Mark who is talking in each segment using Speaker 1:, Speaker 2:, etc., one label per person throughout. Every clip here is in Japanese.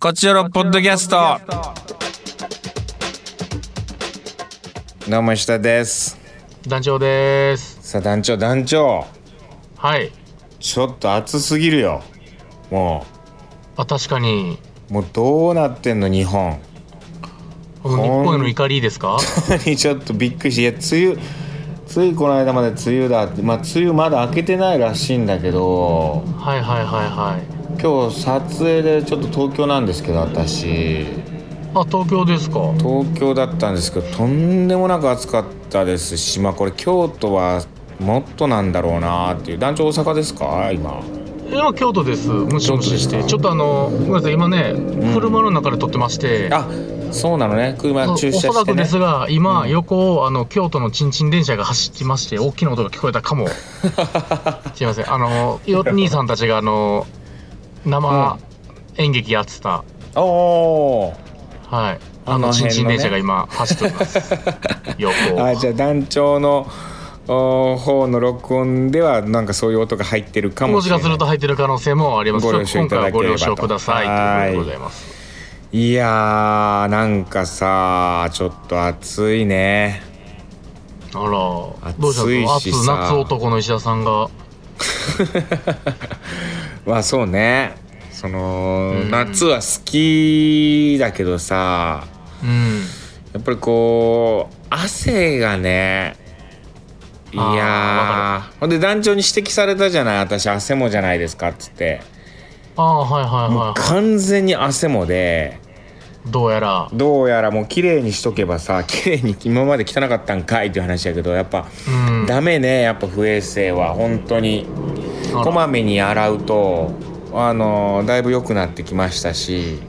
Speaker 1: こちらのポッドキャスト
Speaker 2: どうも石田です
Speaker 3: 団長です。
Speaker 2: さあ団長団長
Speaker 3: はい。
Speaker 2: ちょっと暑すぎるよも
Speaker 3: あ、確かに。
Speaker 2: うもうどうなってんの日本
Speaker 3: この日本への怒りですか
Speaker 2: ちょっとびっくりしていや梅雨ついこの間まで梅雨だってまあ梅雨まだ明けてないらしいんだけど
Speaker 3: はいはいはいはい。
Speaker 2: 今日撮影でちょっと東京なんですけど私
Speaker 3: あ、東京ですか
Speaker 2: 東京だったんですけどとんでもなく暑かったですしまあこれ京都はもっとなんだろうなっていう団長大阪ですか今
Speaker 3: 今、京都です。ムシムシして。ちょっとあの、ごめんなさい、今ね、車の中で撮ってまして。
Speaker 2: あそうなのね車
Speaker 3: お
Speaker 2: 駐車して、ね、
Speaker 3: そらくですが、今、横をあの京都のちんちん電車が走ってまして、大きな音が聞こえた かも。すいません、あの、よ兄さんたちがあの、生演劇やってた、
Speaker 2: おお
Speaker 3: はい、
Speaker 2: あ
Speaker 3: あ
Speaker 2: の
Speaker 3: の、ちん
Speaker 2: 辺
Speaker 3: ち
Speaker 2: の
Speaker 3: ん
Speaker 2: ね
Speaker 3: 電車が今、走っており ます。横を。
Speaker 2: あじゃあ団長のお方の録音ではなんかそういう音が入ってるかも
Speaker 3: も
Speaker 2: し
Speaker 3: し
Speaker 2: れ
Speaker 3: か
Speaker 2: な
Speaker 3: すると
Speaker 2: い
Speaker 3: 入ってる可能性もあります
Speaker 2: ご了承い
Speaker 3: 今
Speaker 2: た
Speaker 3: 回
Speaker 2: だければ
Speaker 3: は
Speaker 2: と
Speaker 3: ご了承くださ
Speaker 2: はい
Speaker 3: いということでございます
Speaker 2: いやーなんかさちょっと暑いね
Speaker 3: あらど
Speaker 2: 暑いしさ
Speaker 3: うしたんですか夏夏男の石田さんが
Speaker 2: まあそうねその、
Speaker 3: うん
Speaker 2: 夏は好きだけどさ
Speaker 3: うん
Speaker 2: やっぱりこう汗がねい
Speaker 3: あーわ
Speaker 2: やーほんで団長に指摘されたじゃない私汗もじゃないですかっつって
Speaker 3: ああはいはい
Speaker 2: もう
Speaker 3: は
Speaker 2: 完全に汗もで
Speaker 3: いどうやら
Speaker 2: どうやらもう綺麗にしとけばさ綺麗に今まで汚かったんかいっていう話やけどやっぱ
Speaker 3: うん
Speaker 2: ダメねやっぱ不衛生は本当に
Speaker 3: あら
Speaker 2: こまめに洗うとあのだいぶ良くなってきましたし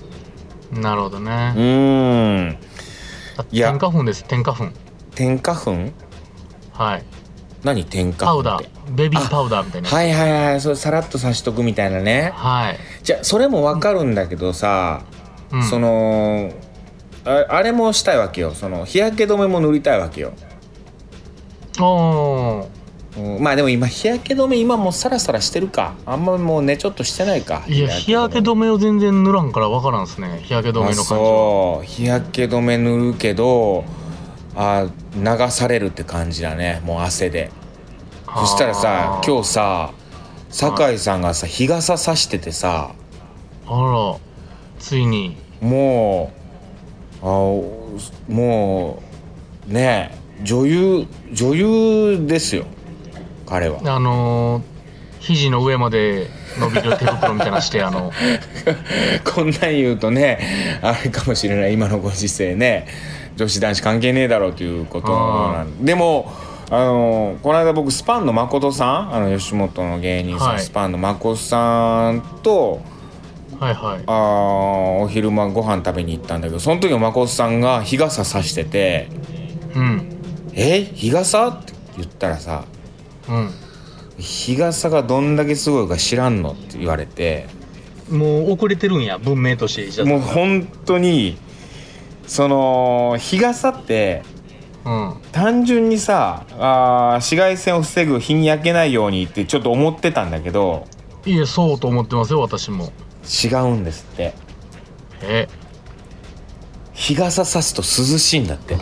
Speaker 3: なるほど
Speaker 2: う
Speaker 3: ね
Speaker 2: ーんいや
Speaker 3: 天花粉です天花粉
Speaker 2: 添加粉
Speaker 3: はい
Speaker 2: 何添加
Speaker 3: パ
Speaker 2: 粉
Speaker 3: ウ
Speaker 2: って
Speaker 3: ダーベビーパウダーみたいな
Speaker 2: はいはいはいそれさらっとさしとくみたいなね
Speaker 3: はい、
Speaker 2: じゃあそれもわかるんだけどさ、
Speaker 3: うん、
Speaker 2: そのああれもしたいわけよその日焼け止めも塗りたいわけよ
Speaker 3: おー
Speaker 2: うんまあでも今日焼け止め今もうサラサラしてるかあんまもうねちょっとしてないか
Speaker 3: いや日焼け止めを全然塗らんからわからんですね日焼け止め
Speaker 2: あ
Speaker 3: の感じは
Speaker 2: そう日焼け止め塗るけどあ流されるって感じだねもう汗でそしたらさ
Speaker 3: あー
Speaker 2: 今日さ酒井さんがさ日傘さしててさ
Speaker 3: あらついに
Speaker 2: もうあおもうねえ女優女優ですよ彼は
Speaker 3: あのー、肘の上まで伸びる手袋みたいなのして、あの、
Speaker 2: こんなん言うとねあれかもしれない今のご時世ね女子男子関係ねえだろうということなんでもあのこの間僕スパンの誠さんあの吉本の芸人さん、
Speaker 3: はい
Speaker 2: スパンの誠さんと
Speaker 3: はいはい。
Speaker 2: あーお昼間ご飯食べに行ったんだけどその時も誠さんが日傘さしてて
Speaker 3: うん。
Speaker 2: 「え日傘?」って言ったらさ「日傘がどんだけすごいか知らんの?」って言われて。
Speaker 3: うん。もう遅れてるんや、文明として、石田さん。
Speaker 2: もう本当にその日傘って
Speaker 3: うん。
Speaker 2: 単純にさあー紫外線を防ぐ日に焼けないようにってちょっと思ってたんだけど
Speaker 3: いえ、そうと思ってますよ、私も。
Speaker 2: 違うんですって
Speaker 3: え、
Speaker 2: 日傘さすと涼しいんだって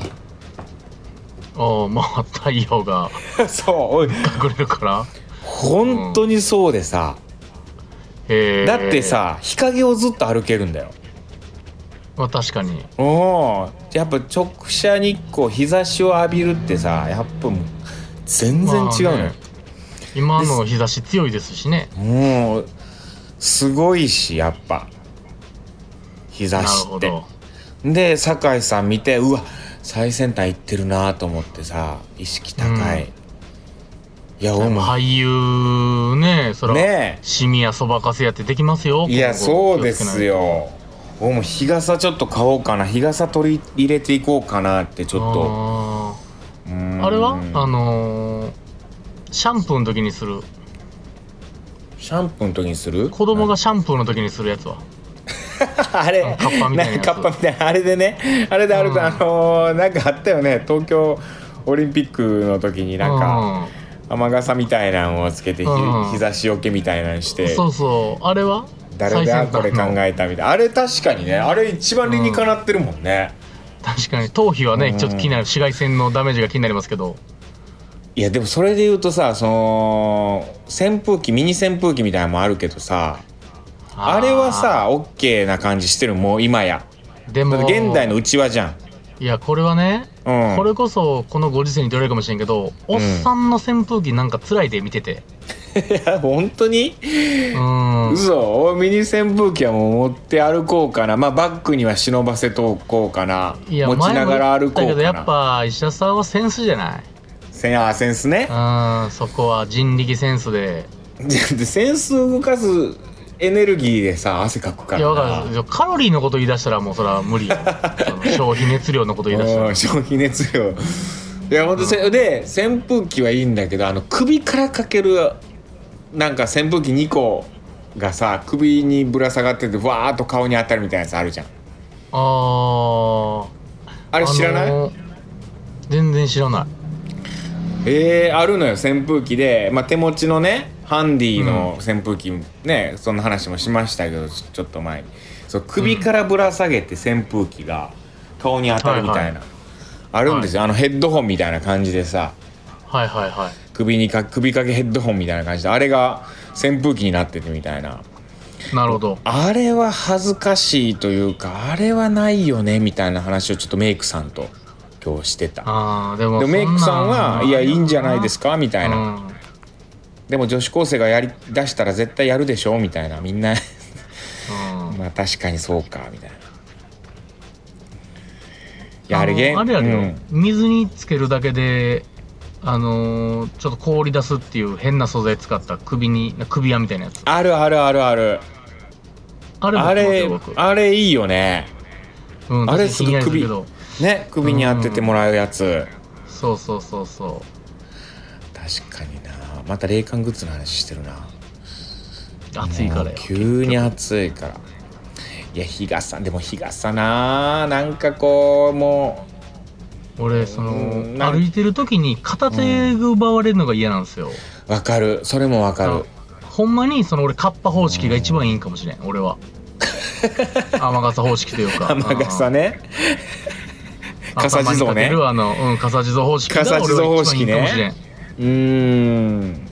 Speaker 3: ああ、まあ、太陽が
Speaker 2: そうおい
Speaker 3: 隠れるから。
Speaker 2: 本当にそうでさ、
Speaker 3: えー、
Speaker 2: だって、さ日陰をずっと歩けるんだよ
Speaker 3: まあ、確かに。
Speaker 2: おーやっぱ直射日光日差しを浴びるってさやっぱもう全然違うのよ、
Speaker 3: まあね今の日差し強いですしね。
Speaker 2: もうすごいしやっぱ日
Speaker 3: な
Speaker 2: 差
Speaker 3: る
Speaker 2: し
Speaker 3: ほ
Speaker 2: って
Speaker 3: ど。
Speaker 2: で酒井さん見てうわ最先端行ってるなと思ってさ意識高い、
Speaker 3: うん
Speaker 2: いや俺も、
Speaker 3: 俳優ね、そら、
Speaker 2: ね
Speaker 3: シミやそばかせやってできますよ。
Speaker 2: えいや
Speaker 3: この
Speaker 2: そ
Speaker 3: 子
Speaker 2: うです。よ俺も日傘ちょっと買おうかな日傘取り入れていこうかなってち
Speaker 3: 気をつ
Speaker 2: ょっと
Speaker 3: けないあー
Speaker 2: うーん
Speaker 3: あれはあのーシャンプーの時にする
Speaker 2: シャンプーの時にする
Speaker 3: 子供がシャンプーの時にするやつは
Speaker 2: あれ
Speaker 3: カッパみたいなや
Speaker 2: ん
Speaker 3: つ
Speaker 2: かカッパみたいなあれでねあれであれで、
Speaker 3: うん
Speaker 2: あのーなんかあったよね東京オリンピックの時になんか雨傘みたいなのをつけて、ひ
Speaker 3: うん
Speaker 2: 日差しよけみたいなのし
Speaker 3: うん
Speaker 2: て
Speaker 3: そうそうあれは
Speaker 2: 誰がこれ考えたみたいなあれ確かにねあれ一番理にかなってるもんね、
Speaker 3: 確かに頭皮はね、ちょっと気になる紫外線のダメージが気になりますけど
Speaker 2: いやでもそれで言うとさその扇風機ミニ扇風機みたいなのもあるけどさあれはさオッケーな感じしてるもう今や
Speaker 3: で
Speaker 2: だ
Speaker 3: も
Speaker 2: って現代のうちわじゃん、
Speaker 3: いやこれはね、
Speaker 2: うん、
Speaker 3: これこそこのご時世に取れるかもしれんけど、おっさんの扇風機なんか辛いで見てて
Speaker 2: いや本当に
Speaker 3: うん
Speaker 2: 嘘俺ミニ扇風機はもう持って歩こうかなまあバッグには忍ばせとこうかな持ちながら歩こ
Speaker 3: だけ
Speaker 2: うか
Speaker 3: どやっ
Speaker 2: な
Speaker 3: ぱ石田さんはセンスじゃない
Speaker 2: センあーセンスね
Speaker 3: うんそこは人力センスで
Speaker 2: じゃあ でセンス動かすエネルギーでさ汗かくか
Speaker 3: いや
Speaker 2: ら
Speaker 3: わかるんですよカロリーのこと言い出したらもうそれは無理 よその消費熱量のこと言い出したら
Speaker 2: うん消費熱量いや本当せで扇風機はいいんだけどあの首からかけるなんか扇風機2個がさ首にぶら下がっててわーっと顔に当たるみたいなやつあるじゃん
Speaker 3: あ
Speaker 2: あ
Speaker 3: あ
Speaker 2: れ知らない、
Speaker 3: 全然知らない
Speaker 2: えー、あるのよ扇風機で、まあ、手持ちのねハンディの扇風機、ねそんな話もしましたけどちちょっと前にそう首からぶら下げて扇風機が顔に当たるみたいな、
Speaker 3: はいは
Speaker 2: あるんですよ、あのヘッドホンみたいな感じでさ
Speaker 3: はいはいはい
Speaker 2: 首にか首掛けヘッドホンみたいな感じであれが扇風機になっててみたいな
Speaker 3: なるほど
Speaker 2: あれは恥ずかしいというかあれはないよねみたいな話をちょっとメイクさんと今日してた
Speaker 3: ああでも
Speaker 2: でもメイクさんは「いやいいんじゃないです
Speaker 3: か
Speaker 2: か」みたいな、
Speaker 3: うん
Speaker 2: でも女子高生がやりだしたら絶対やるでしょみたいなみん な
Speaker 3: うん
Speaker 2: まあ確かにそうかみたいないやあれげん
Speaker 3: のあれやで、
Speaker 2: うん
Speaker 3: 水につけるだけであのーちょっと氷出すっていう変な素材使った首に首輪みたいなやつ
Speaker 2: あるあるあるある
Speaker 3: あれも
Speaker 2: あ
Speaker 3: 持って
Speaker 2: れ
Speaker 3: ますよ僕
Speaker 2: あれいいよね
Speaker 3: うん、
Speaker 2: あれ
Speaker 3: 確かにひんやりするけど
Speaker 2: ね首に当ててもらうやつ
Speaker 3: そうそうそうそ
Speaker 2: 確かになまた冷感グッズの話してるな
Speaker 3: う暑いから
Speaker 2: もう
Speaker 3: よ
Speaker 2: 急に暑いからいや日傘でも日傘ななんかこうも
Speaker 3: 俺その
Speaker 2: うん
Speaker 3: 歩いてる時に片手が奪われるのが嫌なんですよ、
Speaker 2: うわかるそれもわか
Speaker 3: あ
Speaker 2: る
Speaker 3: のほんまにその俺カッパ方式が一番いいんかもしれん俺は雨傘方式とい うか
Speaker 2: 雨傘ね
Speaker 3: うん
Speaker 2: 傘地蔵ね
Speaker 3: 頭にかけるあの、うん、傘地蔵方式が俺は一番いいんかもしれん、
Speaker 2: うーん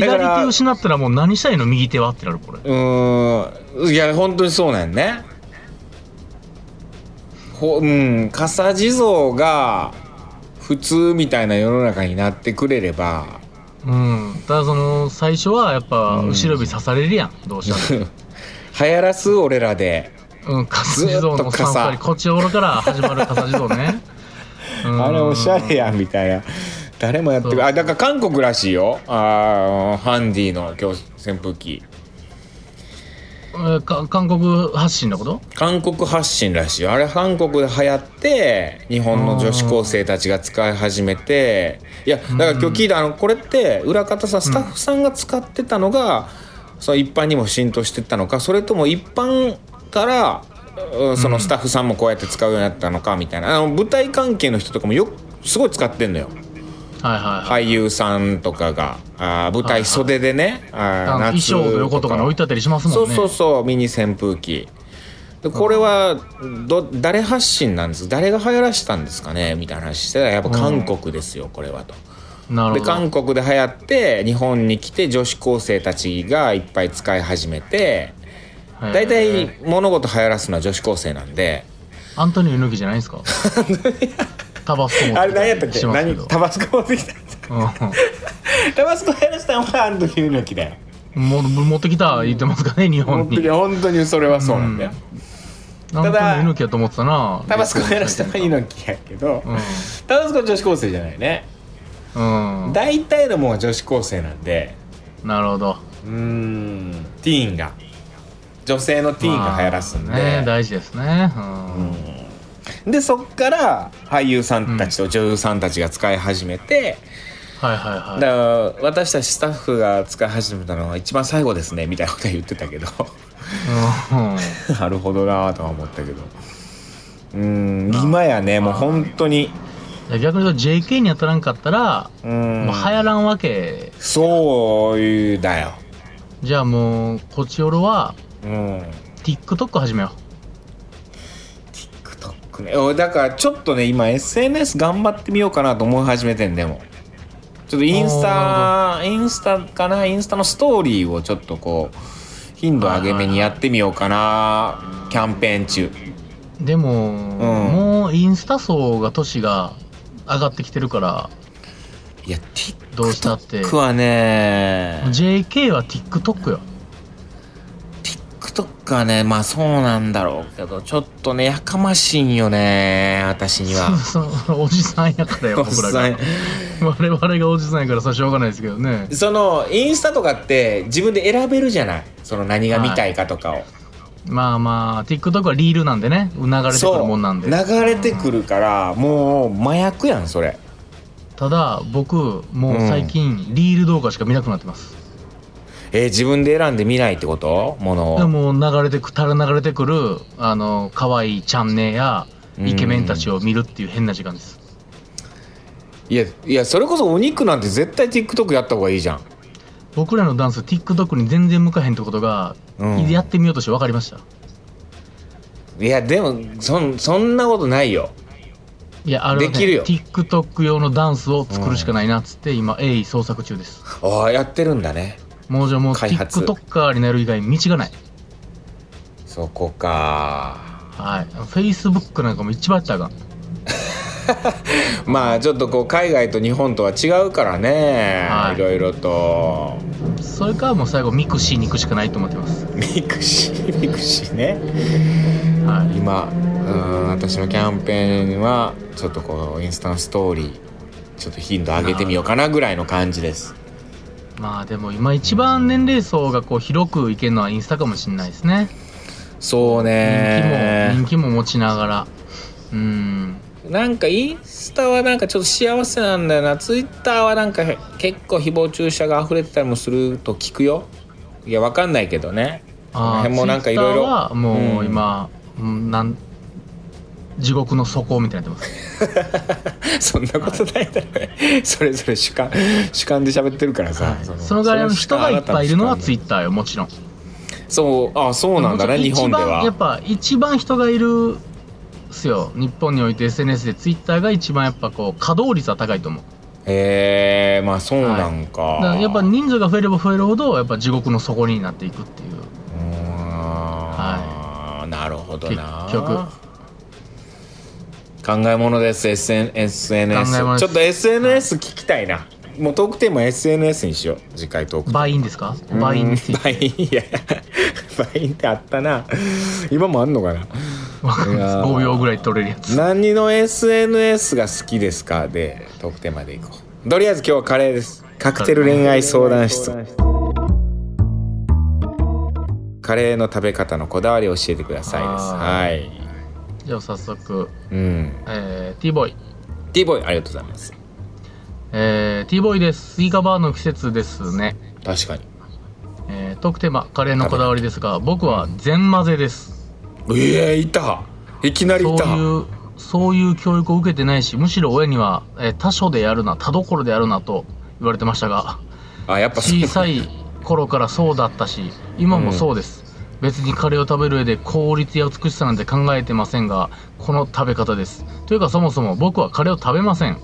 Speaker 2: だから
Speaker 3: 左手失ったらもう何したいの右手はってなるこれ
Speaker 2: うーんいや本当にそうなんやねほうん傘地蔵が普通みたいな世の中になってくれれば
Speaker 3: うんただその最初はやっぱ
Speaker 2: うん
Speaker 3: 後ろ指刺されるやんどうしたって
Speaker 2: 流行らす俺らで、
Speaker 3: うん傘地蔵のおっさ
Speaker 2: ずっ
Speaker 3: ん
Speaker 2: と傘
Speaker 3: 2人こっちおるから始まる傘地蔵ね
Speaker 2: あれおしゃれやんみたいな誰もやってくるあだから韓国らしいよあーハンディの今日扇風機
Speaker 3: うんえか韓国発信のこと
Speaker 2: 韓国発信らしいよあれ韓国で流行って日本の女子高生たちが使い始めていやだから今日聞いたあのこれって裏方さんスタッフさんが使ってたのが、その一般にも浸透してったのかそれとも一般からうんそのスタッフさんもこうやって使うようになったのかみたいなあの舞台関係の人とかもよすごい使ってんのよ
Speaker 3: はいはいはい
Speaker 2: 俳優さんとかがあー舞台袖でね、あー
Speaker 3: あの衣
Speaker 2: 夏
Speaker 3: 装の横とかに置いてあったりします
Speaker 2: そ
Speaker 3: も
Speaker 2: うん
Speaker 3: ね
Speaker 2: そうそうミニ扇風機でこれはど誰発信なんです誰が流行らしたんですかねみたいな話してたらやっぱ韓国ですよ、これはと。
Speaker 3: なる
Speaker 2: で
Speaker 3: ほど
Speaker 2: 韓国で流行って日本に来て女子高生たちがいっぱい使い始めて
Speaker 3: へー
Speaker 2: 大体物事流行らすのは女子高生なんで
Speaker 3: アントニオ猪木じゃないで すかタバスコ持って
Speaker 2: あれ何やったっけ
Speaker 3: しますけ
Speaker 2: 何
Speaker 3: ど
Speaker 2: タバスコ持ってきた タバスコ流行らしたのはあの時の時だよ
Speaker 3: うんも持ってきた言ってますか ね日本
Speaker 2: 本当
Speaker 3: に
Speaker 2: に本当にそれはそうなんだよ、
Speaker 3: ア
Speaker 2: た
Speaker 3: ントニオ
Speaker 2: だ
Speaker 3: 猪木やと思ってたな
Speaker 2: タバスコ流行らしたのは猪木やけど、タバスコは女子高生じゃないね
Speaker 3: うん、うん、
Speaker 2: 大体のもう女子高生なんで
Speaker 3: なるほど
Speaker 2: うーんティーンが女性のティーンが流行らすんで、
Speaker 3: まあね大事ですねうん、
Speaker 2: でそっから俳優さんたちと女優さんたちが使い始めて、
Speaker 3: はいはいはい
Speaker 2: だから私たちスタッフが使い始めたのは一番最後ですねみたいなことは言ってたけ ど
Speaker 3: うん
Speaker 2: なるほどなとは思ったけどうーん今やねもう本当に
Speaker 3: いや逆に言うと JK に当たらんかったら、
Speaker 2: うーん
Speaker 3: もう流行らんわけ
Speaker 2: そうだよ
Speaker 3: じゃあもうこっちおろは
Speaker 2: うん
Speaker 3: TikTok 始めよ
Speaker 2: TikTok ねおだからちょっとね今 SNS 頑張ってみようかなと思い始めてんでもちょっとインスタインスタかなインスタのストーリーをちょっとこう頻度上げめにやってみようかなキャンペーン中
Speaker 3: うでも、
Speaker 2: ん
Speaker 3: もうインスタ層が都市が上がってきてるから
Speaker 2: いや
Speaker 3: どうしたって
Speaker 2: TikTok はね
Speaker 3: JK は TikTok よ
Speaker 2: TikTok はねまあそうなんだろうけどちょっとねやかましいんよね私には
Speaker 3: そうそうおじさんやからよ
Speaker 2: おっ
Speaker 3: 僕ら
Speaker 2: さん
Speaker 3: が我々がおじさんやからさしょうがないですけどね
Speaker 2: そのインスタとかって自分で選べるじゃないその何が見たいかとかを、
Speaker 3: まあまあ TikTok はリールなんでね流れてくるもんなんで
Speaker 2: 流れてくるから、もう麻薬やんそれ
Speaker 3: ただ僕もう最近リール動画しか見なくなってます、
Speaker 2: えー自分で選んで見ないってことものを
Speaker 3: でもう流れてくたら流れてくるあの可愛いチャンネルや
Speaker 2: うん
Speaker 3: イケメンたちを見るっていう変な時間です、
Speaker 2: いやいやそれこそお肉なんて絶対 TikTok やった方がいいじゃん
Speaker 3: 僕らのダンス TikTok に全然向かへんってことが、
Speaker 2: うん
Speaker 3: やってみようとして分かりました
Speaker 2: いやでもそんそんなことないよ
Speaker 3: いやあれ
Speaker 2: で
Speaker 3: は、ね、
Speaker 2: きるよ
Speaker 3: TikTok 用のダンスを作るしかないなっつって、今鋭意創作中です
Speaker 2: ああやってるんだね
Speaker 3: もうじゃあもう
Speaker 2: 開発
Speaker 3: TikToker になる以外道がない
Speaker 2: そこか
Speaker 3: はい Facebook なんかも一番やったらあかん
Speaker 2: まあちょっとこう海外と日本とは違うからね、
Speaker 3: はい
Speaker 2: いろいろと
Speaker 3: それからもう最後ミクシーに行くしかないと思ってます
Speaker 2: ミクシーミクシーね
Speaker 3: はい
Speaker 2: 今うん私のキャンペーンはちょっとこうインスタのストーリーちょっと頻度上げてみようかなぐらいの感じです
Speaker 3: まあでも今一番年齢層がこう広くいけるのはインスタかもしれないですね
Speaker 2: そう
Speaker 3: 人気も
Speaker 2: ね
Speaker 3: 人気も持ちながらうん
Speaker 2: なんかインスタはなんかちょっと幸せなんだよなツイッターはなんかへ結構誹謗中傷が溢れてたりもすると聞くよいやわかんないけどねその辺もなんかいろい
Speaker 3: Twitter は
Speaker 2: ろ
Speaker 3: もう
Speaker 2: うん
Speaker 3: 今、うん、なん地獄の底みたいになってます
Speaker 2: そんなことないだろうねそれぞれ主観主観で喋ってるからさ、
Speaker 3: はいその代わりあの人がいっぱいいるのはツイ
Speaker 2: イ
Speaker 3: ッターよもちろん
Speaker 2: そうあそうなんだね日本で
Speaker 3: 一番やっ
Speaker 2: は
Speaker 3: ぱ一番人がいるっすよ日本において SNS でツイッターが一番やっぱこう稼働率は高いと思う
Speaker 2: へえまあそうなんか,、
Speaker 3: だからやっぱ人数が増えれば増えるほどやっぱ地獄の底になっていくっていう
Speaker 2: うーんなるほどな
Speaker 3: 結局
Speaker 2: 考え物です SN SNS
Speaker 3: 考え物で
Speaker 2: ち
Speaker 3: す
Speaker 2: ょっと SNS 聞きたいな、もうトークテーマ SNS にしよう次回トーク
Speaker 3: 倍インですか倍インって
Speaker 2: バインいやバインってあったな今もあんのかなンいやー
Speaker 3: 5秒ぐらい取れるやつ
Speaker 2: 何の SNS が好きですかでトークテーマでいこうとりあえず今日はカレーですカクテル恋愛相談室カレーの食べ方のこだわりを教えてくださいです
Speaker 3: あ
Speaker 2: はい
Speaker 3: じゃあ早速、
Speaker 2: うん
Speaker 3: えー、T ボーイ
Speaker 2: T ボーイありがとうございます
Speaker 3: えー、T ボーイですスイカバーの季節ですね、
Speaker 2: 確かに
Speaker 3: えー、トークテーマカレーのこだわりですが僕は全混ぜです
Speaker 2: ええいたいきなりい
Speaker 3: そう
Speaker 2: た
Speaker 3: いうそういう教育を受けてないしむしろ親には、えー他所でやるな他どころでやるなと言われてましたが
Speaker 2: あやっぱそう
Speaker 3: 小さい頃からそうだったし今もそうです、別にカレーを食べる上で効率や美しさなんて考えてませんがこの食べ方ですというかそもそも僕はカレーを食べません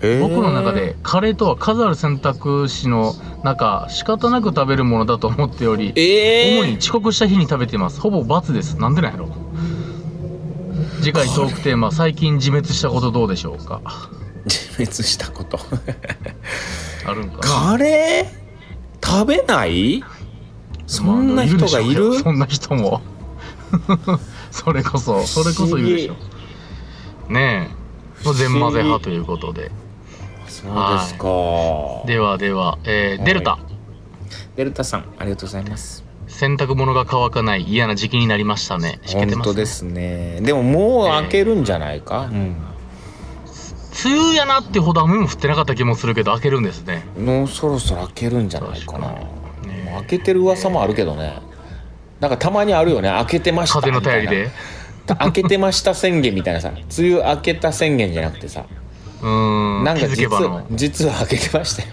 Speaker 2: えー
Speaker 3: 僕の中でカレーとは数ある選択肢の中仕方なく食べるものだと思っており
Speaker 2: え
Speaker 3: 主に
Speaker 2: ー、
Speaker 3: 遅刻した日に食べていますほぼ罰ですなんでなんやろ次回トークテーマ最近自滅したことどうでしょうか
Speaker 2: 自滅したこと
Speaker 3: あるんかな
Speaker 2: カレー食べないそんな人がいる
Speaker 3: まあでもでしょうけどそんな人も それこそそれこそいるでしょねえ
Speaker 2: 不思議
Speaker 3: 全混ぜ派ということで
Speaker 2: そうですか、
Speaker 3: ではでは、えー
Speaker 2: い
Speaker 3: デルタ
Speaker 2: デルタさんありがとうございます
Speaker 3: 洗濯物が乾かない嫌な時期になりましたねしけて
Speaker 2: 本
Speaker 3: ま
Speaker 2: 当
Speaker 3: す,、ね、
Speaker 2: ですねでももう開けるんじゃないか、
Speaker 3: 梅雨やなってほど雨も降ってなかった気もするけど開けるんですね
Speaker 2: うんもうそろそろ開けるんじゃないかな
Speaker 3: 確ね
Speaker 2: もう開けてる噂もあるけどねなんかたまにあるよね開けてました
Speaker 3: 風の頼り
Speaker 2: み
Speaker 3: で
Speaker 2: たいな開けてました宣言みたいなさ梅雨明けた宣言じゃなくてさ
Speaker 3: うーん
Speaker 2: なん
Speaker 3: 気
Speaker 2: か
Speaker 3: づ
Speaker 2: 実
Speaker 3: けば
Speaker 2: は
Speaker 3: の
Speaker 2: 実は開けてましたよ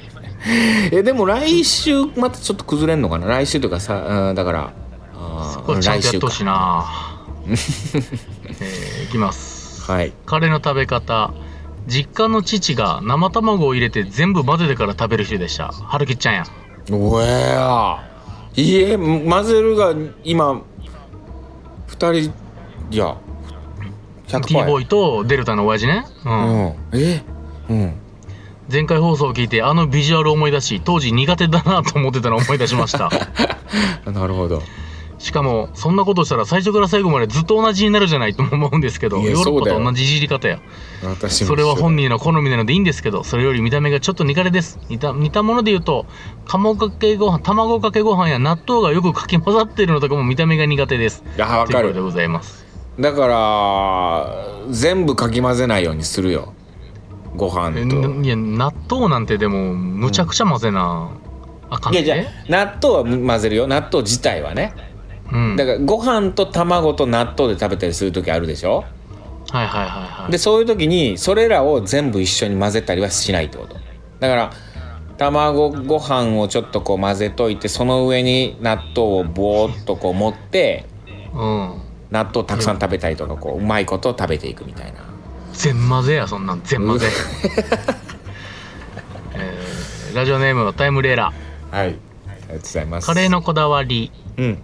Speaker 2: えでも来週またちょっと崩れんのかな来週というかさ、うん、だからああ
Speaker 3: こ
Speaker 2: ー
Speaker 3: れちゃん
Speaker 2: 来
Speaker 3: とやっ
Speaker 2: 週
Speaker 3: て
Speaker 2: か
Speaker 3: ほしい なえーいきます
Speaker 2: はい
Speaker 3: カレーの食べ方実家の父が生卵を入れて全部混ぜてから食べる人でしたはるきちゃんや
Speaker 2: うえやいえ混ぜるが今2人いや
Speaker 3: T ボー
Speaker 2: 100%
Speaker 3: イとデルタの親父ね、うん
Speaker 2: うんえうん
Speaker 3: 前回放送を聞いてあのビジュアルを思い出し当時苦手だなと思ってたのを思い出しました
Speaker 2: なるほど
Speaker 3: しかもそんなことしたら最初から最後までずっと同じになるじゃないとも思うんですけど
Speaker 2: い
Speaker 3: ヨ
Speaker 2: や
Speaker 3: ーロッ
Speaker 2: そうだよ
Speaker 3: パと同じいじり方や
Speaker 2: 私も
Speaker 3: それは本
Speaker 2: 人
Speaker 3: 人の好みなのでいいんですけどそれより見た目がちょっと苦手です似た似たもので言うと卵かけご飯卵かけご飯や納豆がよくかき混ざってるのとかも見た目が苦手です
Speaker 2: いや分
Speaker 3: と
Speaker 2: か
Speaker 3: いうことで
Speaker 2: る
Speaker 3: ございます
Speaker 2: だから全部かき混ぜないようにするよご
Speaker 3: え
Speaker 2: 飯と
Speaker 3: んいや納豆なんてでもむちゃくちゃ混ぜな、あかん
Speaker 2: いや
Speaker 3: で
Speaker 2: じゃあ納豆は混ぜるよ納豆自体はね
Speaker 3: うん、
Speaker 2: だからご飯と卵と納豆で食べたりする時あるでしょ
Speaker 3: はいはいはいはい
Speaker 2: でそういう時にそれらを全部一緒に混ぜたりはしないってことだから卵ご飯をちょっとこう混ぜといてその上に納豆をボーッとこう持って
Speaker 3: うん
Speaker 2: 納豆をたくさん食べたりとかこううまいことを食べていくみたいな
Speaker 3: 全混ぜやそんなん全混ぜ、 えーラジオネームはタイムレーラ
Speaker 2: はいありがとうございます
Speaker 3: カレーのこだわり
Speaker 2: うん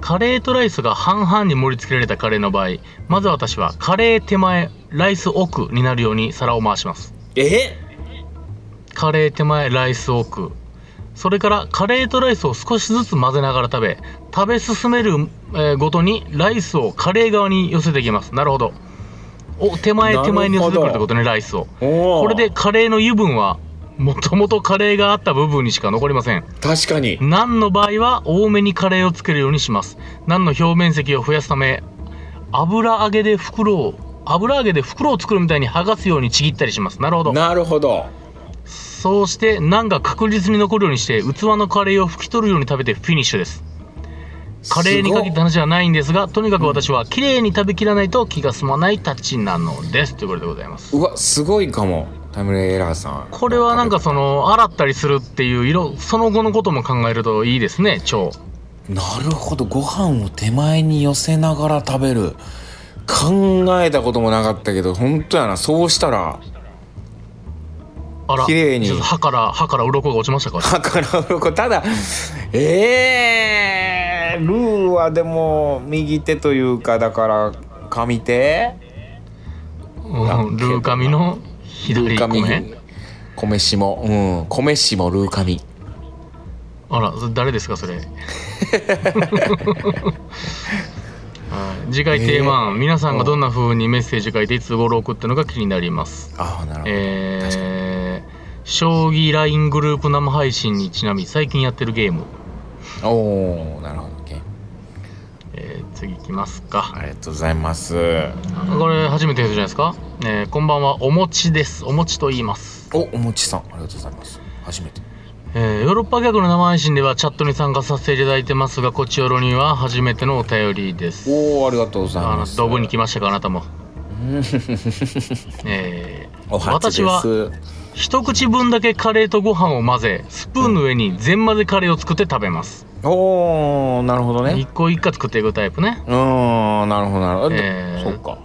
Speaker 3: カレーとライスが半々に盛り付けられたカレーの場合まず私はカレー手前ライス奥になるように皿を回します
Speaker 2: え
Speaker 3: カレー手前ライス奥それからカレーとライスを少しずつ混ぜながら食べ食べ進める、えーごとにライスをカレー側に寄せていきますなるほどお手前手前に寄せてくるってことねライスを
Speaker 2: おー
Speaker 3: これでカレーの油分はもともとカレーがあった部分にしか残りません
Speaker 2: 確かに
Speaker 3: ナンの場合は多めにカレーをつけるようにしますナンの表面積を増やすため油揚げで袋を油揚げで袋を作るみたいに剥がすようにちぎったりしますなるほど
Speaker 2: なるほど
Speaker 3: そうしてナンが確実に残るようにして器のカレーを拭き取るように食べてフィニッシュですカレーにかけた話はないんですがとにかく私は綺麗に食べきらないと気が済まないたちなのですということでございます
Speaker 2: すごいうわすごいかもタイムレーラーさん
Speaker 3: これはなんかその洗ったりするっていう色その後のことも考えるといいですね腸
Speaker 2: なるほどご飯を手前に寄せながら食べる考えたこともなかったけど本当やなそうしたら
Speaker 3: あら
Speaker 2: 綺麗に
Speaker 3: ちょっと歯から歯から鱗が落ちましたか
Speaker 2: だから鱗ただえー、ルーはでも右手というかだから上手
Speaker 3: うんルーカミの
Speaker 2: ル
Speaker 3: 左
Speaker 2: ー上
Speaker 3: 米
Speaker 2: 米下うん米下ルー上
Speaker 3: あらそれ誰ですかそれはい次回テーマ案、皆さんがどんな風にメッセージ書いていつ頃送ったのか気になります
Speaker 2: ああなるほど、
Speaker 3: えー将棋 LINE グループ生配信にちなみ最近やってるゲーム、
Speaker 2: おおなるほど OK
Speaker 3: えー次いきますか
Speaker 2: ありがとうございます
Speaker 3: これ初めての人じゃないですか、えーこんばんはお餅ですお餅と言います、
Speaker 2: おおもちさんありがとうございます初めて
Speaker 3: えーヨーロッパ客の生配信ではチャットに参加させていただいてますがこちよろには初めてのお便りです
Speaker 2: おおありがとうござい
Speaker 3: あ
Speaker 2: ま
Speaker 3: の
Speaker 2: す
Speaker 3: 道具に来ましたかあなたも、えー
Speaker 2: お初です
Speaker 3: 私は一口分だけカレーとご飯を混ぜスプーンの上に全混ぜカレーを作って食べます、
Speaker 2: おおなるほどね
Speaker 3: 一個一個作っていくタイプね
Speaker 2: うーんなるほどなるほど、
Speaker 3: えー
Speaker 2: そっか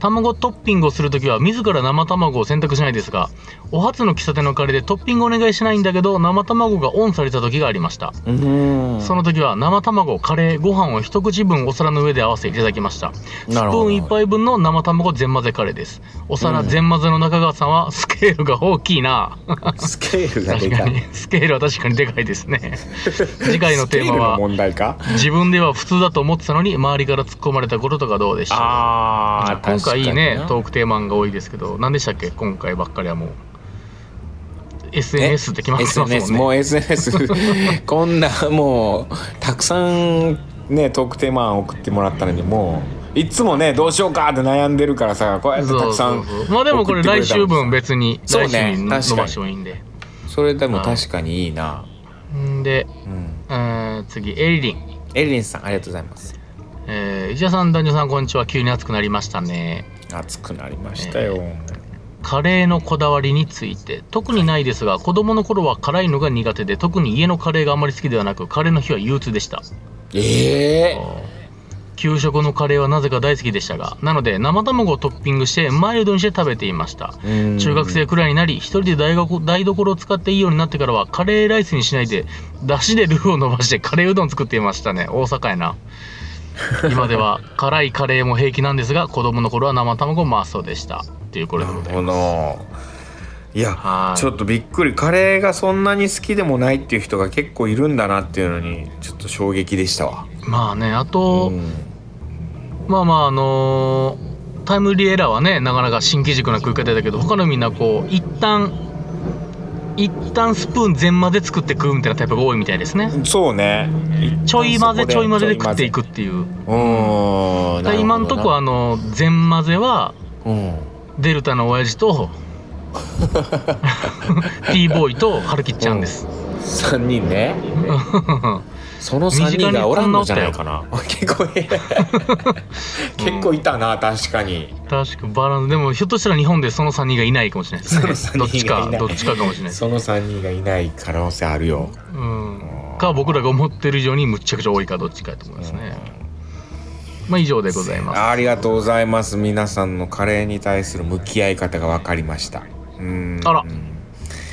Speaker 3: 卵トッピングをするときは自ら生卵を選択しないですがお初の喫茶店のカレーでトッピングお願いしないんだけど生卵がオンされた時がありました
Speaker 2: うーん
Speaker 3: その時は生卵カレーご飯を一口分お皿の上で合わせていただきましたスプ
Speaker 2: なるほど
Speaker 3: ーン一杯分の生卵全混ぜカレーですお皿全混ぜの中川さんはスケールが大きいな
Speaker 2: スケールがで
Speaker 3: 確
Speaker 2: か
Speaker 3: か
Speaker 2: い
Speaker 3: に スケールは確かにでかいです ね次回のテー
Speaker 2: スケル
Speaker 3: マ
Speaker 2: の
Speaker 3: は
Speaker 2: 問題か
Speaker 3: 自分では普通だと思ってたのに周りから突っ込まれたこととかどうでした
Speaker 2: あー
Speaker 3: 今回い
Speaker 2: 確か
Speaker 3: いね
Speaker 2: にな
Speaker 3: トークテーマが多いですけど何でしたっけ今回ばっかりはもう SNS って決まってますもんね
Speaker 2: SNS もう SNS こんなもうたくさんねトークテーマ送ってもらったのにもういつもねどうしようかって悩んでるからさこうやってたくさん
Speaker 3: そうそうそうまあでもこれ
Speaker 2: 送ってく
Speaker 3: 来
Speaker 2: た
Speaker 3: 週分別に
Speaker 2: そうね
Speaker 3: 来週に伸ば
Speaker 2: 確かに
Speaker 3: してもいいんで
Speaker 2: それでも確かにいいな、
Speaker 3: んで、
Speaker 2: うん、
Speaker 3: えー次エリリン、
Speaker 2: エリリンさんありがとうございます
Speaker 3: えー、石田さん男女さんこんにちは急に暑くなりましたね
Speaker 2: 熱くなりましたよ、
Speaker 3: カレーのこだわりについて特にないですが子供の頃は辛いのが苦手で特に家のカレーがあまり好きではなくカレーの日は憂鬱でした
Speaker 2: ええ
Speaker 3: 給食のカレーはなぜか大好きでしたがなので生卵をトッピングしてマイルドにして食べていました
Speaker 2: うん
Speaker 3: 中学生くらいになり一人で大学台所を使っていいようになってからはカレーライスにしないでだしでルーを伸ばしてカレーうどん作っていましたね大阪や な今では辛いカレーも平気なんですが子供の頃は生卵マストでしたっていうこれでござい
Speaker 2: こ
Speaker 3: ます
Speaker 2: のいや
Speaker 3: はい
Speaker 2: ちょっとびっくりカレーがそんなに好きでもないっていう人が結構いるんだなっていうのにちょっと衝撃でしたわ、
Speaker 3: まあねあと、
Speaker 2: うん
Speaker 3: まあまああのータイムリーエラーはねなかなか新機軸な食い方だけど他のみんなこう一旦一旦スプーン全まで作って食うみたいなタイプが多いみたいですね
Speaker 2: そうね
Speaker 3: ちょい混ぜちょい混ぜで食ってい
Speaker 2: く
Speaker 3: くっていう
Speaker 2: うん
Speaker 3: だから今んとこあの全混ぜは
Speaker 2: うん
Speaker 3: デルタの親 父と T ボーイと春樹ちゃんです
Speaker 2: 3人ねその3
Speaker 3: 身近
Speaker 2: 人
Speaker 3: に
Speaker 2: がおらんのじゃないかな結構 結構いたな確かに
Speaker 3: 確かバランスでもひょっとしたら日本でその3人がいないかもしれないですね
Speaker 2: そ
Speaker 3: ど
Speaker 2: の
Speaker 3: っ
Speaker 2: 三
Speaker 3: ち
Speaker 2: 人がい
Speaker 3: か
Speaker 2: ない
Speaker 3: どっちかかもしれないです
Speaker 2: その3人がいない可能性あるよ
Speaker 3: うんか僕らが思ってる以上にむっちゃくちゃ多いかどっちかやと思いますねまあ以上でございます
Speaker 2: ありがとうございます皆さんのカレーに対する向き合い方が分かりましたうん
Speaker 3: あら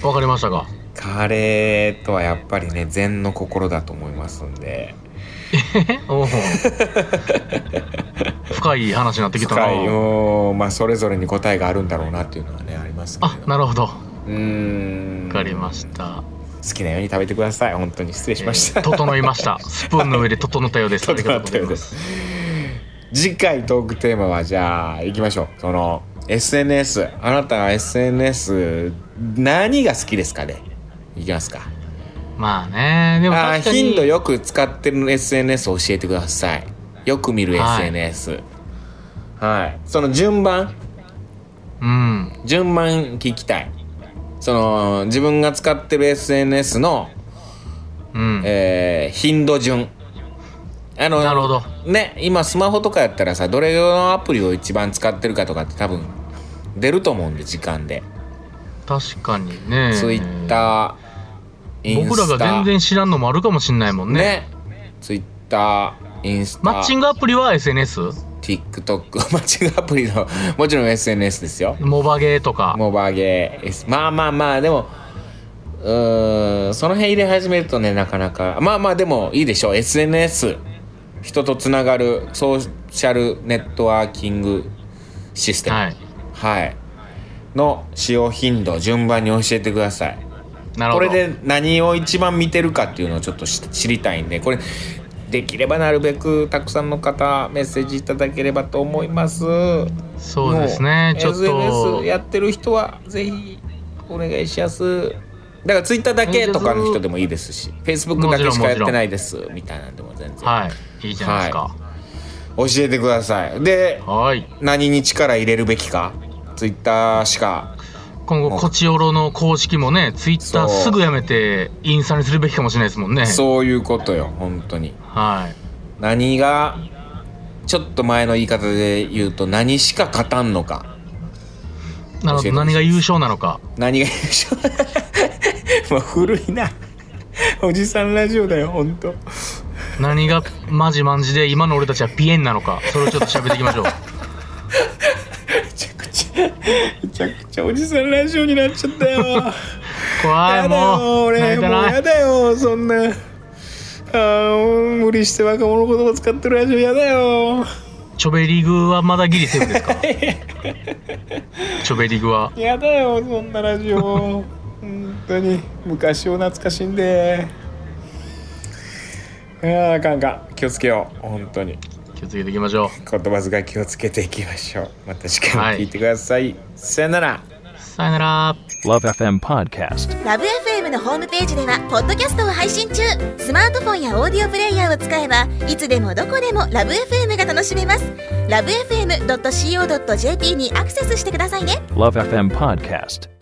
Speaker 3: わかりましたか
Speaker 2: カレーとはやっぱりね禅の心だと思いますんで
Speaker 3: え おう深い話になってきた
Speaker 2: 深い
Speaker 3: な
Speaker 2: うんまあそれぞれに答えがあるんだろうなっていうのはねありますけれ
Speaker 3: あ
Speaker 2: ど
Speaker 3: なるほどわ
Speaker 2: うん
Speaker 3: かりました
Speaker 2: 好きなように食べてください本当に失礼しました、
Speaker 3: えー整い ましたスプーンの上で整ったようです
Speaker 2: 整ったようです次回トークテーマはじゃあ行きましょうその SNS あなたが SNS 何が好きですかねいきますか
Speaker 3: まあねでも
Speaker 2: あー
Speaker 3: 確かに
Speaker 2: 頻度よく使ってる SNS 教えてくださいよく見る
Speaker 3: はい
Speaker 2: SNS はい、その順番
Speaker 3: うん
Speaker 2: 順番聞きたいその自分が使ってる SNS の、
Speaker 3: うん
Speaker 2: えー頻度順あの
Speaker 3: なるほど
Speaker 2: ね今スマホとかやったらさどれのアプリを一番使ってるかとかって多分出ると思うんで時間で、
Speaker 3: 確かにね
Speaker 2: Twitter インスタ
Speaker 3: 僕らが全然知らんのもあるかもしんないもんね
Speaker 2: ね Twitter インスタ
Speaker 3: マッチングアプリは SNS
Speaker 2: TikTok マッチングアプリのもちろん SNS ですよ
Speaker 3: モバゲーとか
Speaker 2: モバゲー S まあまあまあでもうーんその辺入れ始めるとねなかなかまあまあでもいいでしょう SNS 人とつながるソーシャルネットワーキングシステム
Speaker 3: はい
Speaker 2: はいの使用頻度順番に教えてください
Speaker 3: なる
Speaker 2: こ
Speaker 3: ほど
Speaker 2: れで何を一番見てるかっていうのをちょっとし知りたいんでこれできればなるべくたくさんの方メッセージいただければと思います
Speaker 3: そうですね
Speaker 2: もう
Speaker 3: ちょっ
Speaker 2: SNS
Speaker 3: と
Speaker 2: やってる人はぜひお願いしやすだからツイッターだけとかの人でもいいですし Facebook だけしかやってないですみたいなんでも全然教
Speaker 3: はいいいじゃないですか
Speaker 2: えてくださいで
Speaker 3: はい
Speaker 2: 何に力入れるべきかツイッターしか
Speaker 3: 今後コチオロの公式もねツイッター
Speaker 2: そう
Speaker 3: すぐやめてインスタにするべきかもしれないですもんね
Speaker 2: そういうことよ本当に
Speaker 3: はい
Speaker 2: 何がちょっと前の言い方で言うと何しか勝たんのか
Speaker 3: なるほ
Speaker 2: 教えてほしいです
Speaker 3: ど何が優勝なのか
Speaker 2: 何が優 勝もう古いなおじさんラジオだよほんと
Speaker 3: 何がマジマンジで今の俺たちはピエンなのかそれをちょっと喋っていきま しょう
Speaker 2: めちゃくちゃめちゃくちゃおじさんラジオになっちゃった よ
Speaker 3: 怖い
Speaker 2: やだよ
Speaker 3: もう
Speaker 2: 俺
Speaker 3: 泣い
Speaker 2: もう
Speaker 3: たな
Speaker 2: やだよそんなあー無理して若者言葉使ってるラジオやだよ
Speaker 3: チョベリグはまだギリセーフですかチョベリグは
Speaker 2: やだよそんなラジオ本当に昔を懐かしんでいやーあかんあかん気をつけよう本当に
Speaker 3: 気をつけていきましょ
Speaker 2: 言葉遣い気をつけていきましょうまた次回も聞いてください、さよなら
Speaker 3: うさよなら
Speaker 1: Love FM Podcast.
Speaker 4: ラブ f m のホームページではポッドキャストを配信中スマートフォンやオーディオプレイヤーを使えばいつでもどこでもラブ f m が楽しめますラブ FM.co.jp にアクセスしてくださいね
Speaker 1: Love FM Podcast.